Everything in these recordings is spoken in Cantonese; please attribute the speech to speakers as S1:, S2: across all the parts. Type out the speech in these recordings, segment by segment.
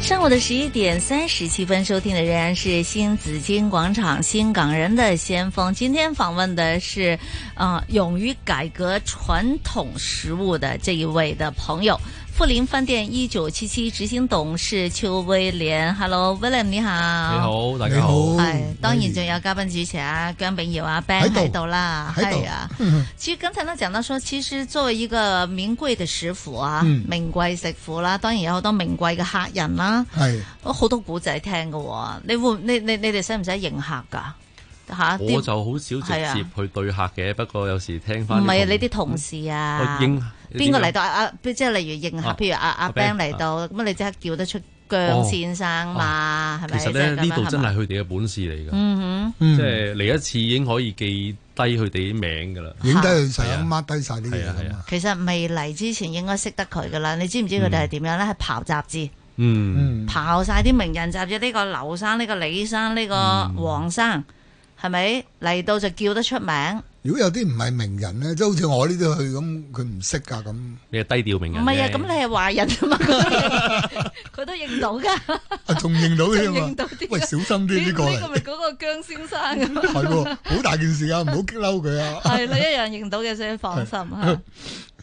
S1: 上午的十一点三十七分收听的仍然是新紫金广场新港人的先锋。今天访问的是，呃，勇于改革传统食物的这一位的朋友，富林饭店一九七七执行董事邱威廉。Hello，William 你好。
S2: 你
S1: 啊
S2: 好，大家
S3: 哎你好。嗯
S1: 系，當然仲有嘉賓主持啊，姜炳耀啊，Ben
S3: 喺度
S1: 喺度啦，
S3: 喺度
S1: 係啊。
S3: 嗯
S1: 其實剛才呢講到說，其實作為一個名貴嘅食府啊，
S3: 嗯
S1: 名貴食府啦，當然有好多名貴嘅客人啦，
S3: 係
S1: 我好多古仔聽嘅喎。你會你你你哋使唔使迎客㗎？吓，啲
S2: 我就好少直
S1: 係
S2: 接
S1: 啊
S2: 去對客嘅，不過有時聽翻
S1: 唔係
S2: 係
S1: 啊你啲同事啊
S2: 我，哦應
S1: 邊個嚟到啊？啊即係例如迎客，
S2: 啊
S1: 譬如阿阿
S2: 阿
S1: Ben
S2: Ben，啊
S1: 嚟到，咁你即刻叫得出姜
S2: 哦
S1: 先生嘛？係咪？
S2: 其實
S1: 即
S2: 咧
S1: 係咁樣
S2: 呢度真
S1: 係嘛
S2: 係佢哋嘅本事嚟㗎，
S1: 嗯
S2: 即係嚟一次已經可以記低佢哋啲名㗎啦。
S3: 影低佢晒，
S2: 係啊
S3: mark 低晒啲嘢
S2: 係啊
S3: 咁
S2: 係
S3: 啊
S2: 啊。
S1: 其實未嚟之前應該識得佢噶啦，你知唔知佢哋係點樣咧？係刨雜誌，
S2: 嗯，
S3: 嗯，
S1: 刨晒啲名人雜誌，呢、個劉生、呢、個李生、呢、
S2: 嗯
S1: 個黃生，係咪嚟到就叫得出名？
S3: 如果有啲唔係名人咧，即係好似我呢啲去咁，佢唔識㗎咁。
S2: 你係低調名
S1: 唔
S2: 人
S1: 係啊，
S2: 啫
S1: 咁你係華人啊嘛，佢都認到噶，
S3: 啊，仲認到添
S1: 仲認
S3: 啊
S1: 到添！啊
S3: 喂，小心 啲呢個
S1: 呢個咪
S3: 嚟，
S1: 嗰個姜先生咁，
S3: 係喎，好大件事啊！唔好激嬲佢啊！
S1: 係你一樣認到嘅，所以放心嚇，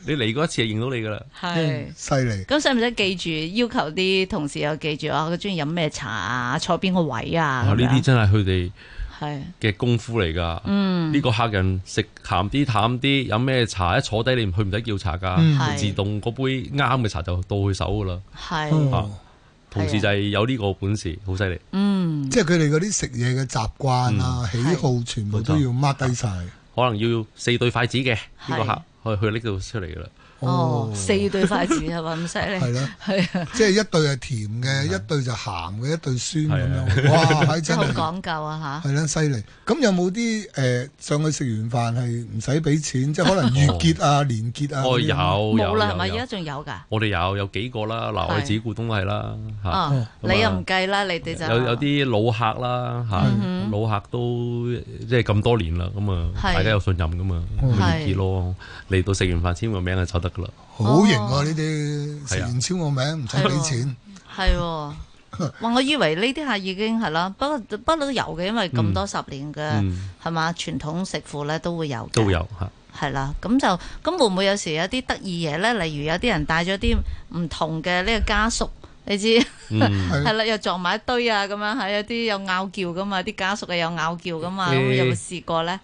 S2: 你嚟過一次就認到你㗎啦。
S1: 係。
S3: 犀利，
S1: 咁使唔使記住要求啲同事又記住啊？佢中意飲咩茶啊？坐邊個位啊？
S2: 哇哦呢
S1: 咁
S2: 啲
S1: 樣
S2: 真係佢哋
S1: 係
S2: 嘅功夫嚟㗎。
S1: 嗯
S2: 呢個客人食鹹啲、淡啲，飲咩茶，一坐低你唔佢唔使叫茶
S3: 嗯
S2: 㗎，
S1: 係
S2: 自動嗰杯啱嘅茶就到佢手㗎啦。
S1: 係。
S3: 哦
S2: 同
S1: 啊
S2: 時就係有呢個本事，好犀利。
S1: 嗯，
S3: 即係佢哋嗰啲食嘢嘅習慣
S2: 嗯
S3: 啊、喜好，全部都要 mark 低晒。
S2: 可能要四對筷子嘅呢
S1: 係
S2: 個客去去拎到出嚟㗎啦。
S1: 哦，四對筷子係嘛，咁犀利，
S3: 係咯，
S1: 係啊，
S3: 即係一對係甜嘅，一對就鹹嘅，一對酸咁
S2: 啊係啊
S3: 樣。哇，係
S1: 真
S3: 真
S1: 係好
S3: 係
S1: 講究啊
S3: 係啦，犀利。咁有冇啲誒上去食完飯係唔使俾錢，即係可 能月結啊、年結啊
S2: 哦，
S3: 嗰啲？
S2: 有
S1: 吓，
S2: 有
S1: 冇啦係咪？
S2: 有
S1: 而家
S2: 有，
S1: 仲有㗎？
S2: 我哋有有幾個啦，嗱
S1: 係
S2: 我自己股東都係啦嚇，
S1: 哦，
S2: 咁啊
S1: 你又唔計啦，你哋就嗯
S2: 有有啲老客啦嚇，老客都即係咁多年啦，咁啊
S1: 係
S2: 大家有信任噶嘛，咁咪
S1: 係
S2: 結咯，嚟到食完飯簽個名就走得噶啦，
S3: 好型啊
S1: 哦
S3: 喎！呢
S2: 啊
S3: 啲食完簽個名唔使俾錢，
S1: 係喎。哇！我以為呢啲客已經係啦，不過不嬲都有嘅，因為咁多十年嘅
S2: 嗯，
S1: 係嘛傳統食府咧都會有嘅，
S2: 都有嚇，
S1: 係啦。咁就咁會唔會有時有啲得意嘢咧？例如有啲人帶咗啲唔同嘅呢個家屬，你知。
S2: 嗯。
S3: 係啊
S1: 係啦，又撞埋一堆啊，咁樣係有啲有拗撬噶嘛，啲家屬嘅有拗撬噶嘛，咁
S2: 誒
S1: 有冇試過咧？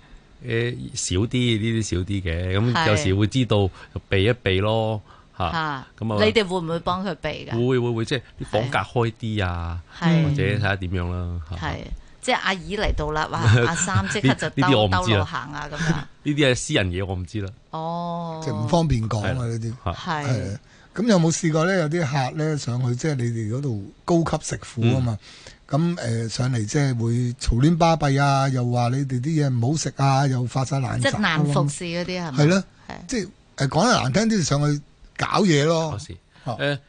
S2: 誒少啲呢啲少啲嘅，
S1: 係
S2: 咁有時會知道就避一避咯嚇，咁
S1: 嚇
S2: 啊，
S1: 你哋會唔會幫佢避㗎？
S2: 會會會即係啲房隔開啲啊，
S1: 係
S3: 嗯
S2: 或者睇下點樣啦嚇。
S1: 係即係阿姨嚟到啦，哇！阿三即刻
S2: 呢
S1: 就
S2: 呢啲
S1: 兜
S2: 我唔
S1: 兜
S2: 知啦
S1: 路行啊，咁樣
S2: 呢啲係私人嘢，我唔知啦。
S1: 哦，
S3: 就唔方便講啊呢啲。
S1: 係
S3: 係啊咁有冇試過咧？有啲客咧上去，即係你哋嗰度高級食府啊嘛。
S2: 嗯
S3: 咁誒、呃上嚟即係會嘈亂巴閉啊，又話你哋啲嘢唔好食啊，又發晒爛
S1: 即
S3: 渣
S1: 係
S3: 啊
S1: 難服侍嗰啲係咪？
S3: 係咯
S1: 係，
S3: 即係誒講得難聽啲，上去搞嘢咯
S2: 嗰。時
S3: 哦
S2: 誒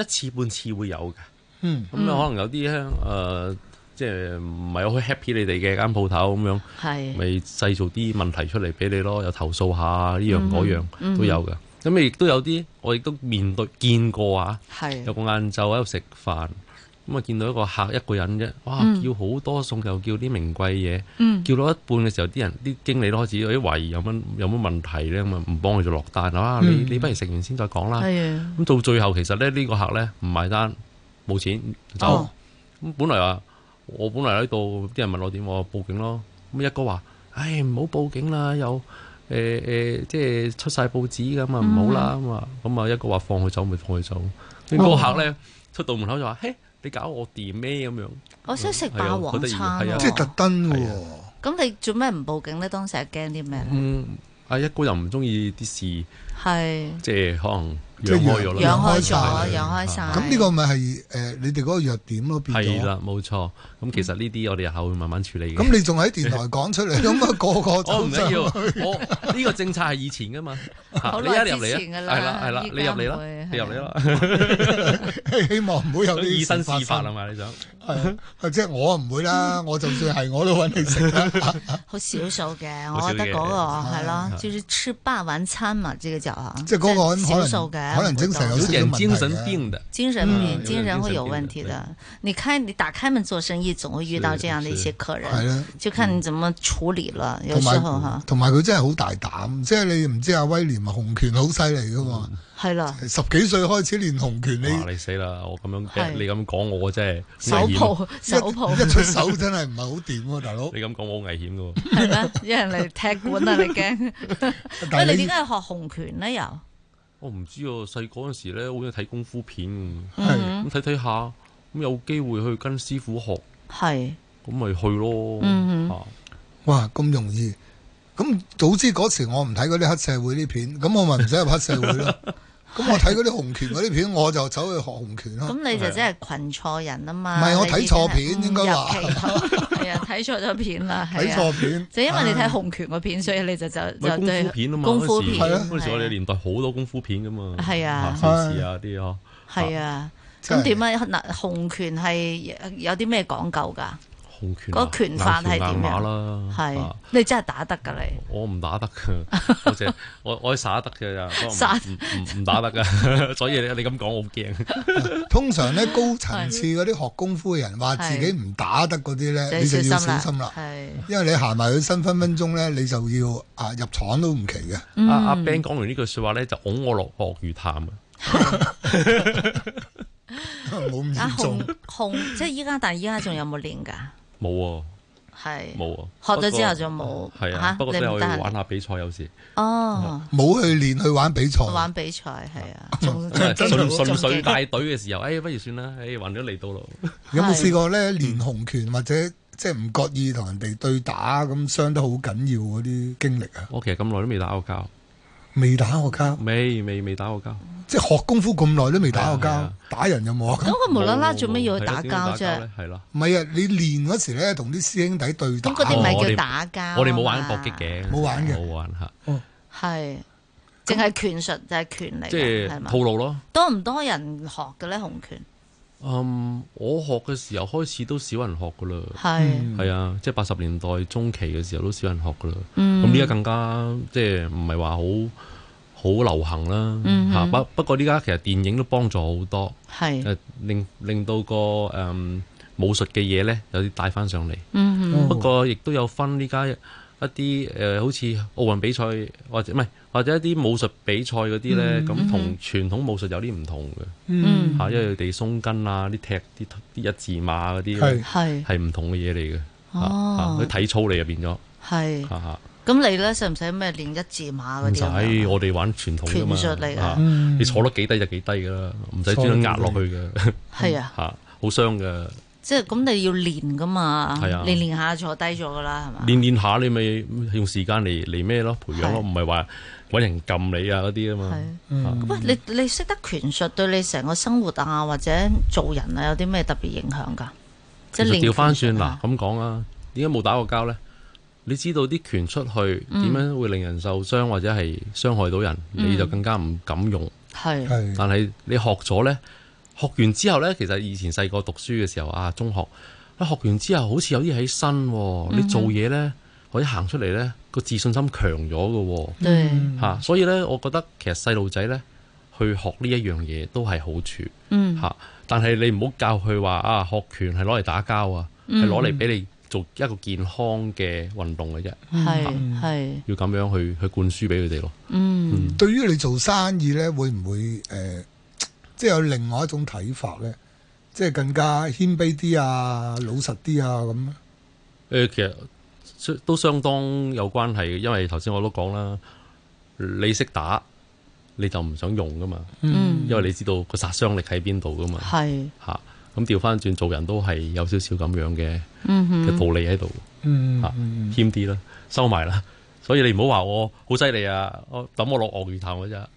S2: 一次半次會有嘅，
S3: 嗯，
S2: 咁你可能有啲咧誒，即係唔係好 happy 你哋嘅間鋪頭咁樣，
S1: 係
S2: 咪製造啲問題出嚟俾你咯，又投訴下呢樣嗰
S1: 嗯
S2: 樣都有嘅。咁亦都有啲，我亦都面對見過啊，
S1: 係
S2: 有個晏晝喺度食飯。咁啊，見到一個客一個人啫，哇！叫好多餸又叫啲名貴嘢，叫到一半嘅時候，啲人啲經理都開始有啲懷疑有乜有乜問題咧，咁啊唔幫佢就落單啊！你你不如食完先再講啦。
S1: 係啊，
S2: 咁到最後其實咧，呢、個客咧唔埋單，冇錢走。咁、
S1: 哦
S2: 本來啊，我本來喺度，啲人問我點，我話報警咯。咁一哥話：，唉，唔好報警啦，有誒誒、即係出晒報紙咁啊，唔好
S3: 嗯
S2: 啦咁啊。咁啊，一哥話放佢走咪放佢走。
S3: 哦
S2: 咁、個客咧出到門口就話：，嘿，你搞我掂咩咁樣？
S1: 我想食霸王餐
S2: 係啊啊
S3: 即係特
S1: 喎。
S3: 登喎。
S1: 咁你做咩唔報警咧？當時係驚啲咩？啊
S2: 嗯，阿一哥又唔中意啲事，
S1: 係
S2: 即係可能
S3: 即係
S2: 養
S1: 養開
S2: 開咗啦，
S3: 養開晒
S1: 咗，養開晒。
S2: 啊
S3: 咁呢個咪係誒你哋嗰個弱點咯，變
S2: 係
S3: 咗。
S2: 啦，冇錯。咁其實呢啲我哋日後會慢慢處理嘅。
S3: 咁你仲喺電台 講出嚟，咁啊 個個
S2: 我唔
S3: 走
S2: 緊要，
S3: 上
S2: 我呢個政策係以前噶嘛，嚇
S1: 好
S2: 你
S1: 耐
S2: 一入
S1: 之前
S2: 嚟
S1: 㗎
S2: 啊，
S1: 啦
S2: 係啦係啦，
S1: 依
S2: 你入
S1: 家
S2: 嚟啦
S1: 唔會，啊
S2: 你入嚟啦，
S3: 希望唔好有
S2: 想
S3: 呢啲
S2: 以身
S3: 事發
S2: 試法
S3: 生
S2: 啦。嘛，你想
S3: 係啊即係我唔會 啦，我就算係我都揾你食啦。
S1: 好少數嘅，
S2: 好少啊
S1: 我覺得嗰個
S3: 嘅
S1: 係咯，就是吃霸玩餐嘛，這個叫啊，
S3: 即係嗰個人可
S1: 少
S3: 能
S1: 數嘅，
S3: 可能精神有
S2: 有
S3: 少少
S2: 點
S3: 問題
S2: 精神
S3: 嘅
S2: 病的，
S1: 精神
S2: 嗯有
S1: 病，
S2: 點
S1: 精神
S2: 精
S1: 会
S2: 神
S1: 有
S2: 病
S1: 问
S2: 的
S1: 题
S2: 对
S1: 的。你开你打开门做生意，总会遇到这样的一些客人，
S3: 係啦。
S1: 就看你怎么处理了。有
S3: 同
S1: 时候
S3: 埋
S1: 哈，
S3: 同埋佢真係好大膽，即係你唔知阿威廉啊，紅拳好犀利噶嘛，
S1: 系啦，
S3: 十幾歲開始練紅拳，
S2: 嗯哇！
S3: 你
S2: 你死啦！我咁樣
S1: 係
S2: 你咁講我真係好
S1: 手
S2: 危險，啊
S1: 抱手抱
S3: 一一出手真係唔係好掂喎，大佬。
S2: 你咁講我好危 險噶。
S1: 係咩？有人嚟踢館啊！你驚？喂，
S3: 但
S1: 你
S3: 係你
S1: 點解學洪拳咧？又
S2: 我唔知啊，細個嗰陣時咧，好中意睇功夫片㗎
S3: 係
S1: 嗯
S2: 咁睇睇下，咁有機會去跟師傅學，
S1: 係
S2: 咁咪去咯。
S1: 嗯
S2: 啊
S3: 哇咁容易，咁早知嗰時我唔睇嗰啲黑社會啲片，咁我咪唔使入黑社會咯。 咁我睇嗰啲紅拳嗰啲片，我就走去學紅拳咯。
S1: 咁，你就真係群錯人啊嘛！
S3: 啊唔係我睇錯
S1: 你已經係
S3: 片應該話
S1: 誤入歧途 係啊，睇錯咗片 啦，係啊
S3: 睇錯片，啊
S1: 就因為你睇
S3: 唉
S1: 洪拳個片，所以你就就
S2: 咪
S1: 就
S2: 功
S1: 對
S2: 夫片啊嘛，
S1: 功夫
S2: 嗰陣時
S1: 片
S3: 係啊
S2: 嗰陣時我哋年代好多功夫片噶嘛，
S1: 係啊
S2: 邵氏啊啲嗬，
S1: 係啊。
S3: 真
S1: 咁
S3: 係
S1: 點啊？嗱，洪拳係有啲咩講究㗎？
S2: 洪拳
S1: 嗰拳法係點樣
S2: 啊硬拳硬馬啦，
S1: 係
S2: 啊
S1: 你真係打得㗎你？
S2: 我唔打得噶， 我淨係我我係耍得嘅咋，不 過唔
S1: 耍
S2: 唔唔唔打得噶， 所以你你咁講我好驚。
S3: 通常咧高層次嗰啲學功夫嘅人話自己唔打得嗰啲咧，你就要小心啦。
S1: 係
S3: 因為你行埋去身分分鐘咧，你就要啊入廠都唔奇嘅。
S1: 嗯
S2: 阿啊阿 Ben 講完呢句説話咧，就拱我落鱷魚潭啊！
S1: 啊
S3: 冇咁
S1: 洪
S3: 嚴重。
S1: 洪，即係依家，但係依家仲有冇練㗎？
S2: 冇啊，
S1: 係
S2: 冇啊，
S1: 學咗之後就
S2: 就
S1: 冇
S2: 係
S1: 嚇
S2: 啊，不過
S1: 你
S2: 都
S1: 唔
S2: 有去
S1: 得閒
S2: 玩下比嗯賽有時。
S1: 哦，
S3: 冇去練去玩比賽，
S1: 玩比賽係
S2: 嗯
S1: 啊，仲
S2: 純
S1: 仲
S2: 純
S1: 仲勁
S2: 粹帶隊嘅時候，誒、不如算啦，哎誒、混咗嚟到咯，
S3: 有冇
S1: 係
S3: 試過咧練紅拳或者即係唔覺意同人哋對打咁傷得好緊要嗰啲經歷啊？
S2: 我其實咁耐都未打過交，
S3: 未打過交，
S2: 未未未打過交，
S3: 即係學功夫咁耐都未打過
S2: 係
S3: 交
S2: 啊，
S3: 打人有冇
S1: 咁
S3: 啊？
S1: 佢無啦啦
S2: 冇
S1: 做咩要去
S2: 係
S1: 打
S2: 啊點解
S1: 交啫
S2: 咧？？係啦，
S3: 唔係啊，你練嗰時咧同啲師兄弟對打，
S1: 咁嗰啲咪
S2: 哦我
S1: 叫
S2: 哋
S1: 打交啊嘛。
S2: 我哋冇玩搏擊嘅，
S3: 冇玩嘅
S2: 冇玩
S1: 啊
S2: 嚇，
S1: 係淨係拳術就係拳嚟
S2: 即
S1: 㗎，係
S2: 係
S1: 嘛
S2: 套？路咯。
S1: 多唔多人學嘅咧？洪拳
S2: 嗯，我學嘅時候開始都少人學噶啦，
S1: 係
S2: 係啊，即係八十年代中期嘅時候都少人學噶啦。
S1: 嗯
S2: 咁呢家更加即係唔係話好好流行
S1: 嗯
S2: 啦
S1: 哼
S2: 嚇。不不過呢家其實電影都幫助好多，
S1: 係
S2: 誒令令到個誒武術嘅嘢咧有啲帶翻上嚟。
S1: 嗯
S3: 哦
S2: 不過亦都有分呢家一啲誒、呃好似奧運比賽或者唔係或者一啲武術比賽嗰啲呢，咁同傳統武術有啲唔同嘅
S1: 嗯
S2: 嚇，因為佢哋鬆筋啊、啲踢啲啲一字馬嗰
S3: 係
S2: 啲
S1: 係
S2: 係唔同嘅嘢嚟嘅嚇，
S1: 哦啊
S2: 嚇佢體操嚟嘅變咗
S1: 係。
S2: 嚇嚇，
S1: 咁你咧使唔使咩練一字馬嗰
S2: 嗯唔
S1: 啲啊？
S2: 使我哋玩傳統㗎嘛，
S1: 拳術嚟㗎
S2: 嚇
S3: 嗯
S2: 你坐得幾低就幾低㗎啦，唔使專登壓落去嘅
S1: 係啊，
S2: 嚇，好傷嘅，
S1: 即係咁你要練噶嘛，
S2: 係啊
S1: 練練下坐低咗噶啦，係嘛？
S2: 練練下你咪用時間嚟嚟咩咯，培養咯，
S1: 係
S2: 唔係話揾人撳你啊嗰啲啊嘛。
S1: 係。
S3: 嗯
S1: 喂，你你識得拳術對你成個生活啊，或者做人啊，有啲咩特別影響㗎？即
S2: 其
S1: 係
S2: 實
S1: 練
S2: 調翻
S1: 拳
S2: 轉
S1: 術
S2: 嗱
S1: 啊，
S2: 咁講啊，點解冇打過交呢？你知道啲拳出去
S1: 嗯
S2: 點樣會令人受傷或者係傷害到人，你就更加唔敢用。
S1: 係
S3: 嗯係
S2: 但係你學咗呢，學完之後呢，其實以前細個讀書嘅時候啊，中學啊學完之後好似有啲起身喎，你做嘢呢，或者行出嚟呢，個自信心強咗嘅
S1: 對，
S2: 喎嚇，所以呢，我覺得其實細路仔呢，去學呢一樣嘢都係好處。
S1: 嗯
S2: 吓，但係你唔好教佢話啊，學拳係攞嚟打交啊，係攞嚟俾你做一個健康嘅運動嘅啫，嗯
S1: 係係
S2: 要咁樣去去灌輸俾佢哋咯。
S1: 嗯
S3: 對於你做生意咧，會唔會誒、呃即係有另外一種睇法咧？即係更加謙卑啲啊，老實啲啊咁啊。
S2: 诶、其實相都相當有關係嘅，因為頭先我都講啦，你識打你就唔想用噶嘛，
S1: 嗯
S2: 因為你知道個殺傷力喺邊度噶嘛，
S1: 係
S3: 嗯
S2: 吓咁調翻轉做人都係有少少咁樣嘅
S1: 嗯哼
S2: 嘅道理喺度，
S3: 嗯
S2: 啊謙啲啦，收埋啦，所以你唔好話我好犀利啊！我抌我落鱷魚潭嘅咋，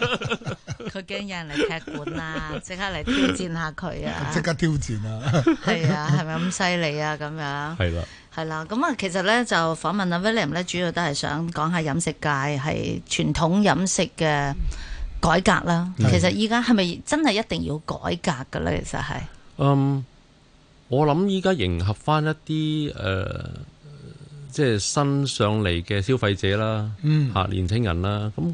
S1: 佢驚有人嚟踢館啊， 即刻嚟挑戰下佢 啊
S3: 即，刻挑戰啊！
S1: 係啊，係咪咁犀利啊？咁樣。
S2: 係啦，
S1: 係啦，咁啊，其實咧就訪問阿 William 咧，主要都係想講下飲食界係傳統飲食嘅改革啦。
S2: 嗯
S3: 係
S1: 其實依家係咪真係一定要改革嘅咧？其實係
S2: 嗯，我諗依家迎合翻一啲誒、呃即係新上嚟嘅消費者啦，嚇、
S3: 嗯
S2: 年青人啦，咁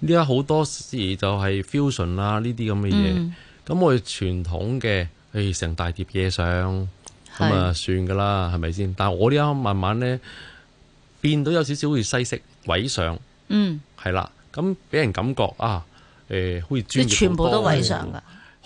S2: 依家好多時就係 fusion 啦呢啲咁嘅嘢，咁、
S1: 嗯
S2: 我哋傳統嘅，誒成大碟嘢上。咁啊
S1: 係
S2: 算噶啦，係咪先？但係我呢家慢慢咧變到有少少好似西式位上，
S1: 嗯，
S2: 係啦，咁俾人感覺啊，誒、好似專
S1: 即
S2: 業
S1: 全部
S2: 好多
S1: 都位上噶，，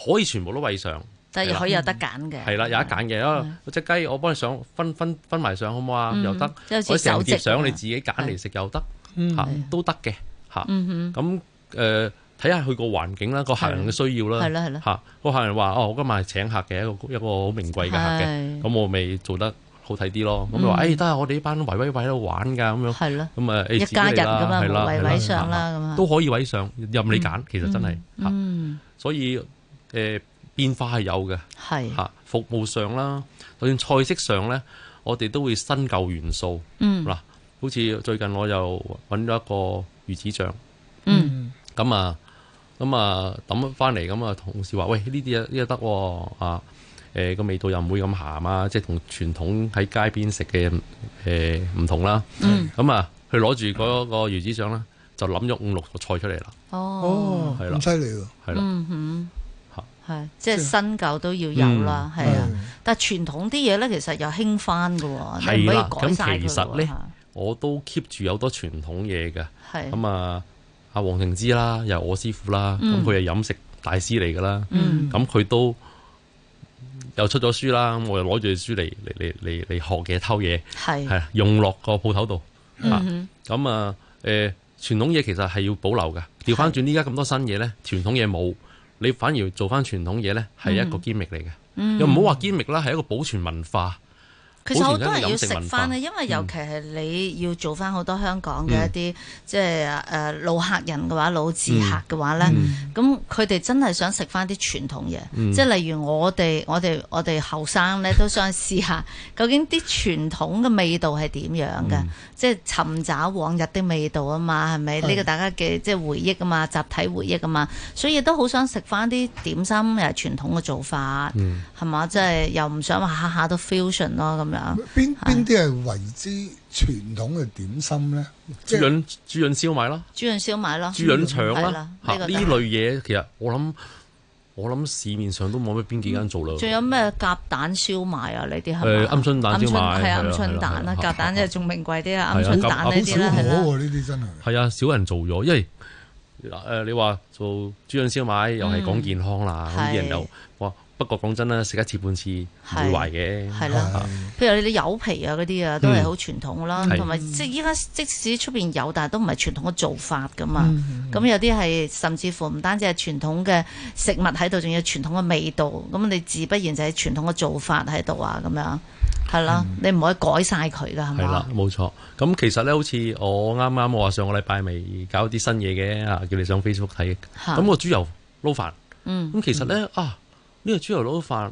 S2: 可以全部都位上，
S1: 但係可以有得揀嘅。
S2: 係啦，有得揀嘅，啊只雞我幫你上分分分埋上好唔好啊？又得，
S1: 即係好似
S2: 我成碟
S1: 手席咁
S2: 上
S1: 啊
S2: 你自己揀嚟食又得，
S3: 嗯
S2: 嚇都得嘅，嚇
S1: 嗯
S2: 咁誒睇下佢個環境啦，個客人嘅需要啦，
S1: 嗯係啦係啦
S2: 嚇個客人話哦，我今日係請客嘅一個一個好名貴嘅客嘅，
S1: 係
S2: 咁我咪做得好睇啲咯。咁佢話誒得啊，我哋呢班圍威喂喺度玩㗎咁
S1: 哼，
S2: 樣，
S1: 係咯，
S2: 咁啊
S1: 一家人咁啊，
S2: 係啦，
S1: 無謂
S2: 係啦
S1: 位上
S2: 嚇
S1: 啦，咁啊，
S2: 都可以位上，任你揀，其實真係嚇，
S1: 嗯
S2: 所以誒變化係有嘅
S1: 係，
S2: 嚇，服務上啦，就算菜式上咧，我哋都會新舊元素
S1: 嗯
S2: 嗱，好似最近我又揾咗一個魚子醬。
S1: 嗯
S2: 咁啊，咁啊抌翻嚟，咁啊同事話：喂，呢啲嘢呢啲得喎啊！誒個味道又唔會咁鹹啊，即係同傳統喺街邊食嘅誒唔同啦。
S1: 嗯，
S2: 咁啊，佢攞住嗰個魚子醬啦，就諗咗五六個菜出嚟啦，
S1: 哦，
S3: 哦，
S2: 係啦
S3: 咁犀利喎！
S2: 係啦，
S1: 嗯哼
S2: 嚇。嗯
S1: 係，即係新舊都要有啦，係啊。但係傳統啲嘢咧，其實又興翻嘅喎，你唔
S2: 係
S1: 可
S2: 啦
S1: 以改晒佢
S2: 咁其實
S1: 嘅
S2: 呢
S1: 喎。
S2: 我都 keep 住有好多傳統嘢嘅。
S1: 係，
S2: 咁啊，阿黃成之啦，又係我師傅啦，咁
S1: 嗯
S2: 佢係飲食大師嚟㗎啦。
S1: 嗯
S2: 咁佢都又出咗書啦，咁我又攞住書嚟嚟嚟嚟嚟學嘢偷嘢。
S1: 係，
S2: 係啊用落個鋪頭度。啊
S1: 嗯
S2: 咁啊，誒、傳統嘢其實係要保留嘅。調翻轉，依家咁多新嘢呢，傳統嘢冇，你反而做翻傳統嘢呢，係
S1: 嗯
S2: 一個堅力嚟嘅。
S1: 哼
S2: 又唔好話堅力啦，係一個保存文化。
S1: 其實好多
S2: 好
S1: 人
S2: 前
S1: 要
S2: 一個飲食
S1: 食
S2: 文
S1: 翻
S2: 化
S1: 咧，因為尤其係你要做翻好多香港嘅一啲即係誒老客人嘅話，老字客嘅話咧，咁佢哋真係想食翻啲傳統嘢，即係例如我哋我哋我哋後生咧都想試下，究竟啲傳統嘅味道係點樣嘅，即係尋找往日的味道啊嘛，係咪？
S3: 係
S1: 呢個大家嘅即係回憶啊嘛，集體回憶啊嘛，所以都好想食翻啲點心誒傳統嘅做法，係嘛？即係又唔想話下下都 fusion 咯咁樣。
S3: 邊邊啲係為之傳統嘅點心咧？即
S2: 豬
S3: 係
S2: 潤豬潤燒賣啦，
S1: 豬潤燒賣咯，
S2: 豬潤腸
S1: 係
S2: 啦
S1: 啦，
S2: 嚇
S1: 呢
S2: 呢
S1: 個
S2: 類嘢其實我諗我諗市面上都冇乜邊幾間做啦。
S1: 仲有咩夾蛋燒賣啊？呢啲係
S2: 誒
S1: 咪？
S2: 鵪鶉蛋燒
S1: 鵪鶉係
S2: 賣係
S1: 啊，
S2: 啊
S1: 鵪鶉蛋
S2: 係
S1: 啦
S2: 啊，
S1: 夾蛋即係仲名貴啲啊，
S2: 係
S1: 鵪
S2: 啊
S1: 鶉蛋呢
S3: 好
S1: 啲
S3: 少
S1: 啦，係
S3: 可
S1: 啦，
S3: 喎，呢啲真係。
S2: 係啊，少人做咗，因為嗱誒、你話做豬潤燒賣又係講健康啦，咁啲、
S1: 嗯係
S2: 人又哇，不過講真啦，食一次半次唔會壞嘅，
S1: 係啦。
S2: 啊
S1: 譬如你啲柚皮啊嗰啲啊，都係好傳統啦，
S2: 嗯係
S1: 同埋即係依家即使出邊有，但係都唔係傳統嘅做法噶嘛。
S2: 嗯
S1: 咁有啲係甚至乎唔單止係傳統嘅食物喺度，仲有傳統嘅味道。咁你自不然就係傳統嘅做法喺度啊，咁樣係啦，你唔可以改晒佢噶，係
S2: 嗯係
S1: 嘛，？
S2: 啦冇錯。咁其實咧，好似我啱啱我話上個禮拜咪搞啲新嘢嘅啊，叫你上 Facebook 睇。
S1: 嚇
S2: 咁個豬油撈飯，
S1: 嗯
S2: 咁其實咧啊，呢個豬油撈飯，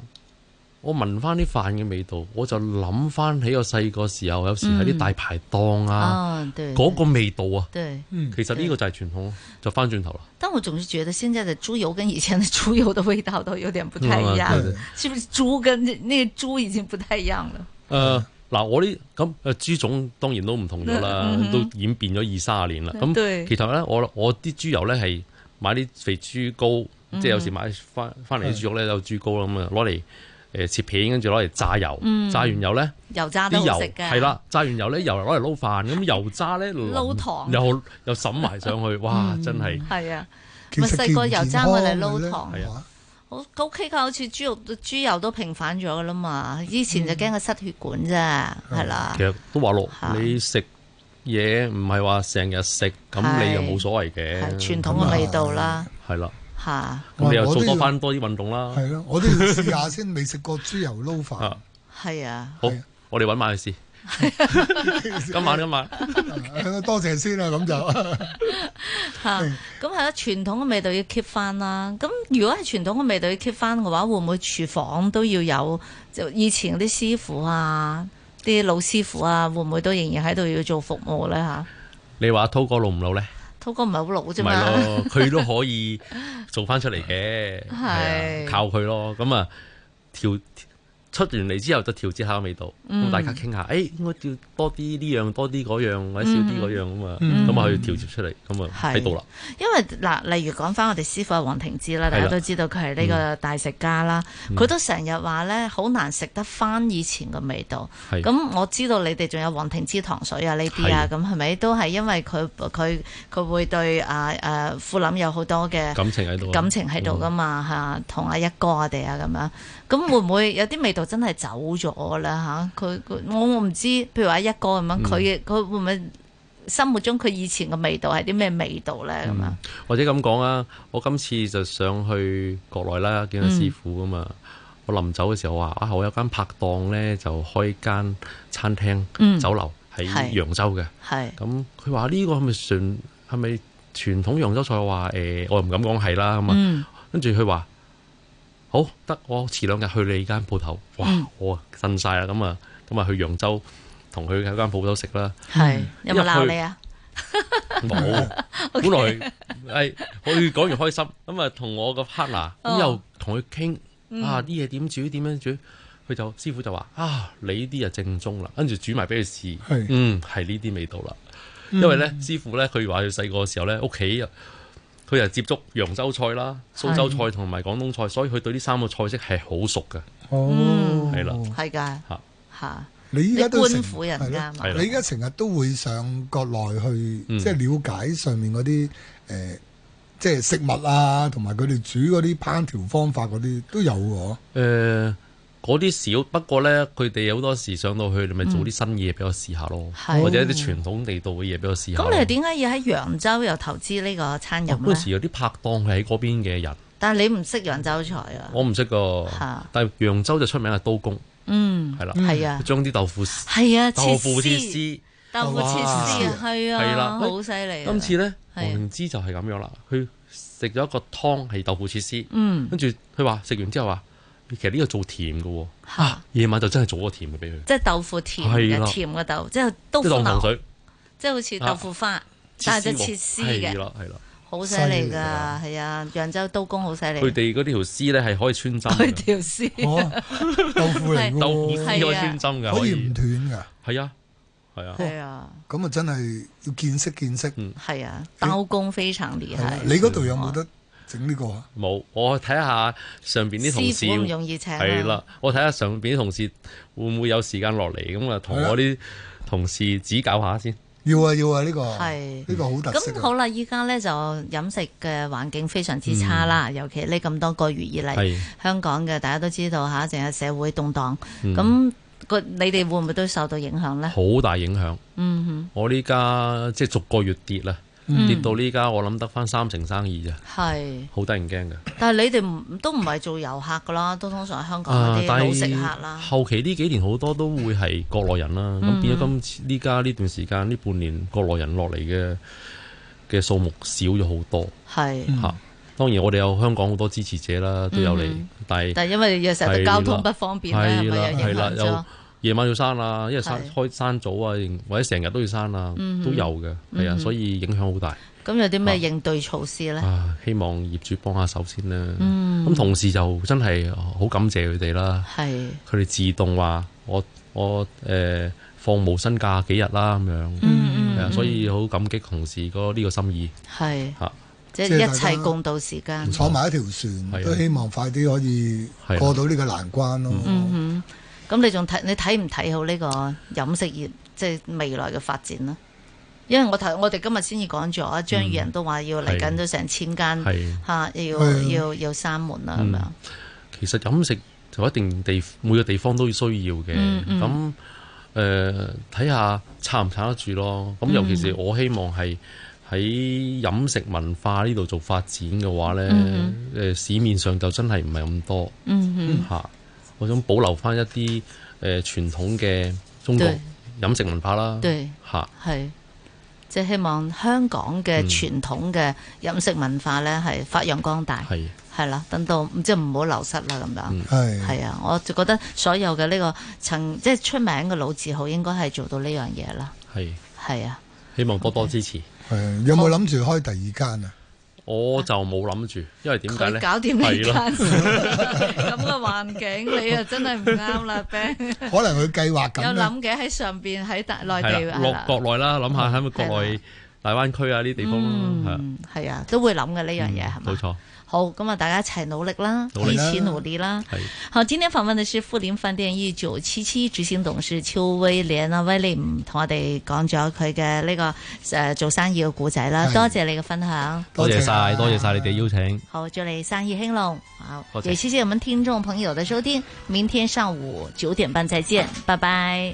S2: 我聞翻啲飯嘅味道，我就諗翻起我細個時候，有時喺啲大排檔啊，
S1: 嗯啊，對，
S2: 嗰個味道啊，
S1: 對。
S3: 嗯
S2: 其實呢個就係傳統咯，
S1: 嗯
S2: 就翻轉頭啦。
S1: 但我总是觉得现在的猪油跟以前的猪油的味道都有点不太一样，
S2: 嗯啊对对
S1: 是不是？猪跟那那个猪已经不太一样了。
S2: 誒嗱、我呢咁誒豬種當然都唔同咗啦，
S1: 嗯嗯
S2: 都演變咗二三十年啦。咁
S1: 對
S2: 其實咧，我我啲豬油咧係買啲肥豬膏，
S1: 嗯
S2: 即係有時買翻翻嚟啲豬肉咧有豬膏啦咁啊，攞嚟誒切片，跟住攞嚟炸油，
S1: 嗯
S2: 炸完油咧
S1: 油炸都
S2: 啲
S1: 好食
S2: 油
S1: 噶，
S2: 係，啦，炸完油咧油攞嚟撈飯，咁油渣咧
S1: 撈糖
S2: 又又滲埋上去，哇！真係
S1: 系啊，
S3: 其實
S1: 咪細
S3: 健
S1: 個
S3: 唔啊
S1: 油
S3: 健
S1: 渣我哋
S3: 康
S1: 撈
S3: 嘅
S1: 糖
S3: 咧
S2: 係啊
S3: 哇
S1: 好 OK 噶，好似豬肉豬油都平反咗噶啦嘛。以前
S2: 嗯
S1: 就驚佢塞血管啫，係啦
S2: 其，實都話咯
S1: 嚇，
S2: 你食嘢唔係話成日食，咁你又冇所謂
S1: 係
S2: 嘅，
S1: 傳統嘅味道啦，
S2: 係啦。
S1: 吓
S2: 咁你又做
S3: 我都要
S2: 多翻多啲運動啦。
S3: 係咯，我都要試下先，未食過豬油撈飯
S2: 啊。
S1: 係啊，
S2: 好
S3: 係啊，
S2: 我哋揾埋佢試。 今晚今晚
S3: 多謝先啊，咁就
S1: 吓，咁係啦，傳統嘅味道要 keep 翻啦。咁如果係傳統嘅味道要 keep 翻嘅話，會唔會廚房都要有？就以前啲師傅啊，啲老師傅啊，會唔會都仍然喺度要做服務咧？吓，
S2: 你話滔哥老唔老呢？
S1: 滔哥唔係好老啫
S2: 咪
S1: 嘛，
S2: 咯，佢都可 以做翻出嚟嘅，係
S1: 係
S2: 啊靠佢咯。咁啊，調出完嚟之後就調節下味道，咁、
S1: 嗯
S2: 大家傾下，誒、應該要多啲呢樣，多啲嗰樣，或者少啲嗰樣咁啊，
S3: 嗯
S2: 咁啊可以調節出嚟，咁啊
S1: 係
S2: 喺度啦。
S1: 因為嗱，例如講翻我哋師傅阿啊黃庭芝啦，大家都知道佢係呢
S2: 嗯
S1: 個大食家啦，佢、都成日話咧，好難食得翻以前嘅味道。
S2: 係
S1: 咁我知道你哋仲有黃庭芝糖水啊呢啲啊，咁係咪都係因為佢佢佢會對啊啊富林有好多嘅
S2: 感情喺度啊，嗯
S1: 感情喺度噶嘛嚇，同阿一哥我哋啊咁樣，咁會唔會有啲味道真係走咗啦嚇？佢佢我我唔知，譬如話一哥咁樣，佢
S2: 嗯
S1: 嘅佢會唔會心目中佢以前嘅味道係啲咩味道咧咁樣？
S2: 或者咁講啊，我今次就上去國內啦，見阿師傅啊
S1: 嗯
S2: 嘛。我臨走嘅時候我話啊，我有間拍檔呢，就開間餐廳、
S1: 嗯
S2: 酒樓喺
S1: 係
S2: 揚州嘅。
S1: 係
S2: 咁佢話呢個係咪傳係咪傳統揚州菜？我話誒、我又唔敢講係啦咁啊。
S1: 嗯
S2: 跟住佢話好得，我遲兩日去你間鋪頭。哇！
S1: 嗯
S2: 我啊震晒啦咁啊，咁啊去揚州同佢喺間鋪頭食 啦。
S1: 係有冇鬧
S2: 入去
S1: 你啊？
S2: 冇，啊本來係佢講完開心，咁啊同我個 partner
S1: 哦嗯
S2: 咁又同佢傾啊啲嘢點煮點樣煮，佢就師傅就話啊你呢啲啊正宗啦，跟住煮埋俾佢試
S3: 係，
S2: 嗯係呢啲味道啦，
S1: 嗯
S2: 因為咧師傅咧佢話佢細個嘅時候咧屋企啊佢又接觸揚州菜啦、蘇州菜同埋廣東菜，所以佢對呢三個菜式係好熟嘅，
S3: 哦，
S2: 係啦
S1: 係㗎
S2: 嗯嚇
S1: 嚇，
S3: 你依
S1: 你
S3: 家
S1: 官
S3: 都成
S1: 府人
S3: 係
S1: 啱
S3: 咯
S1: 啊
S2: 係啦
S3: 你而家成日都會上國內去，
S2: 嗯
S3: 即係了解上面嗰啲誒，即係食物啊，同埋佢哋煮嗰啲烹調方法嗰啲都 有喎。
S2: 誒嗰啲少，不過咧佢哋好多時上到去，你咪做啲新嘢俾我試下咯，
S1: 嗯係
S2: 或者一啲傳統地道嘅嘢俾我試下咯。
S1: 咁你點解啊要喺揚州又投資呢個餐
S2: 我
S1: 飲
S2: 嗰陣時
S1: 咧？
S2: 有啲拍檔係喺嗰邊嘅人，
S1: 但係你唔識揚州菜啊？
S2: 我唔識個
S1: 嚇，
S2: 但係揚州就出名係刀工，
S1: 嗯，
S2: 係啦，
S1: 係啊，
S2: 將啲豆腐絲
S1: 係啊，
S2: 豆
S1: 切
S2: 腐切
S1: 絲。
S2: 絲。
S1: 豆腐切絲啊，係
S2: 係啦
S1: 啊，好犀利啊。
S2: 今次呢，
S1: 係
S2: 黃靈芝就係咁樣啦，佢食咗一個湯係豆腐切絲，
S1: 嗯
S2: 跟住佢話食完之後話，其實呢個做甜嘅喎，
S1: 嚇，
S2: 夜晚就真係做咗甜嘅俾佢，
S1: 即係豆腐甜
S2: 啊係啦
S1: 嘅甜嘅豆，即係豆
S2: 即係
S1: 腐
S2: 當糖
S1: 牛，
S2: 水，啊
S1: 即係好似豆腐花，但係就切絲
S2: 係
S1: 嘅，
S2: 啦係啦，
S1: 好犀利
S3: 犀利
S1: 㗎，
S3: 啊
S1: 係啊，揚州刀工好犀利。
S2: 佢哋嗰條絲呢係可以穿針
S1: 佢
S2: 嘅，
S1: 條絲
S3: 哦，豆腐 嚟
S2: 豆腐絲
S3: 嘅
S2: 可以
S1: 係啊
S2: 穿針
S3: 喎，
S2: 㗎，
S3: 可
S2: 可
S3: 以唔
S2: 以，
S3: 斷㗎。
S2: 係啊係啊，
S1: 係啊，
S3: 咁啊，真係要見識見識。
S2: 嗯
S1: 係啊，刀工非常厲
S3: 係啊
S1: 害。
S3: 你嗰度有冇得整呢個啊？
S2: 冇，我睇下上邊啲同
S1: 師
S2: 事
S1: 傅唔容易請啊。
S2: 係啦，我睇下上邊啲同事會唔會有時間落嚟，咁啊同我啲同事指教下先。
S3: 要啊要啊，呢個
S1: 係
S3: 呢個好特色
S1: 咁好
S3: 啊！
S1: 啦，依家咧就飲食嘅環境非常之差啦，
S2: 嗯
S1: 尤其呢咁多個月以嚟，
S2: 係
S1: 香港嘅大家都知道吓，淨係社會動盪，
S2: 嗯
S1: 咁個你哋會唔會都受到影響咧？
S2: 好大影響。
S1: 嗯
S2: 我呢家即係逐個月跌啦，
S1: 哼，
S2: 跌到呢家我諗得翻三成生意啫，
S1: 係，
S2: 好得人驚嘅。
S1: 但係你哋唔都唔係做遊客噶啦，都通常係香港
S2: 啊
S1: 嗰啲
S2: 但
S1: 老食
S2: 係
S1: 客啦，嗯
S2: 後期呢幾年好多都會係國內人啦，咁變咗今次呢家呢段時間呢半年國內人落嚟嘅嘅數目少咗好多
S1: 係，
S2: 嚇。當然我哋有香港好多支持者啦，都有嚟
S1: 嗯，
S2: 但係。
S1: 但係因為有時候都交通不方便咧，咪
S2: 係啦
S1: 有影響
S2: 係啦
S1: 咗？
S2: 夜晚要閂啦，因為閂
S1: 係
S2: 開閂早啊，或者成日都要閂啦，
S1: 嗯哼
S2: 都有嘅，係啊，所以影響好大
S1: 咁有啲咩應對措施咧？
S2: 啊！希望業主幫下手先啦。
S1: 嗯
S2: 咁同時就真係好感謝佢哋啦，
S1: 係，
S2: 佢哋自動話我我誒放無薪假幾日啦咁樣，
S1: 嗯
S2: 係啊，
S1: 嗯，
S2: 所以好感激同事嗰呢個心意
S1: 係，
S2: 嚇。
S1: 即
S3: 即
S1: 係
S3: 係
S1: 一
S3: 大
S1: 切
S3: 家
S1: 共度時間。
S3: 坐埋一條
S2: 係啊
S3: 船，都希望快啲可
S2: 係啊
S3: 以過到呢個難關咯。
S1: 嗯哼，咁你仲睇你睇唔睇好呢個飲食業即係未來嘅發展呢？因為我睇我哋今日先至講咗啊，張宇人都話要嚟緊都成千間
S2: 係
S1: 嚇，要
S3: 係啊
S1: 要要閂門啦咁
S2: 嗯
S1: 樣。
S2: 其實飲食就一定地每個地方都要需要嘅，
S1: 嗯嗯
S2: 咁誒睇下撐唔撐得住咯。
S1: 嗯
S2: 咁尤其是我希望係喺飲食文化呢度做發展嘅話呢，誒、呃
S1: 嗯
S2: 市面上就真係唔係咁多
S1: 嗯
S2: 嚇、我想保留翻一啲誒、呃、傳統嘅中國
S1: 對
S2: 飲食文化啦，
S1: 對，
S2: 嚇
S1: 係即係希望香港嘅
S2: 嗯
S1: 傳統嘅飲食文化咧係發揚光大，
S2: 係
S1: 係啦，等到即係唔好流失啦咁樣。
S2: 嗯
S3: 係
S1: 係啊，我就覺得所有嘅呢個曾即係出名嘅老字號，應該係做到呢樣嘢啦。
S2: 係，
S1: 係啊，
S2: 希望多多支持。
S3: 係有冇諗住開第二間啊？
S2: 我就冇諗住，因為點解
S1: 佢
S2: 咧？
S1: 搞掂呢
S2: 係咯，
S1: 間 先咁嘅環境，你啊真係唔啱 啦，Ben。
S3: 可能佢計劃啊
S1: 有
S3: 緊咧，
S1: 諗嘅喺上邊喺大內
S2: 啊係
S1: 地
S2: 啦，
S1: 係
S2: 落
S1: 啦，
S2: 國內啦，諗下喺咪國
S1: 係
S2: 內大灣區啊呢啲地方啦，
S1: 嗯係啊，都會諗嘅呢樣
S2: 係
S1: 嘢
S2: 啊
S1: 係
S2: 冇
S1: 嘛。
S2: 錯，
S1: 好，咁啊，大家一齊努力啦，
S2: 努力
S1: 一
S3: 啦
S1: 起努力啦。
S2: 係。
S1: 好，今天訪問的是富林飯店一九七七執行董事邱威廉啊，威廉同我哋講咗佢嘅呢個誒、呃做生意嘅故仔啦，
S3: 係
S1: 多謝你啊嘅分享，
S2: 多謝晒，多謝晒你
S3: 哋
S2: 哋邀請，
S1: 好，祝你生意興隆，好，
S2: 多謝
S1: 也謝謝我們聽眾朋友的收聽，明天上午九點半再見，拜拜。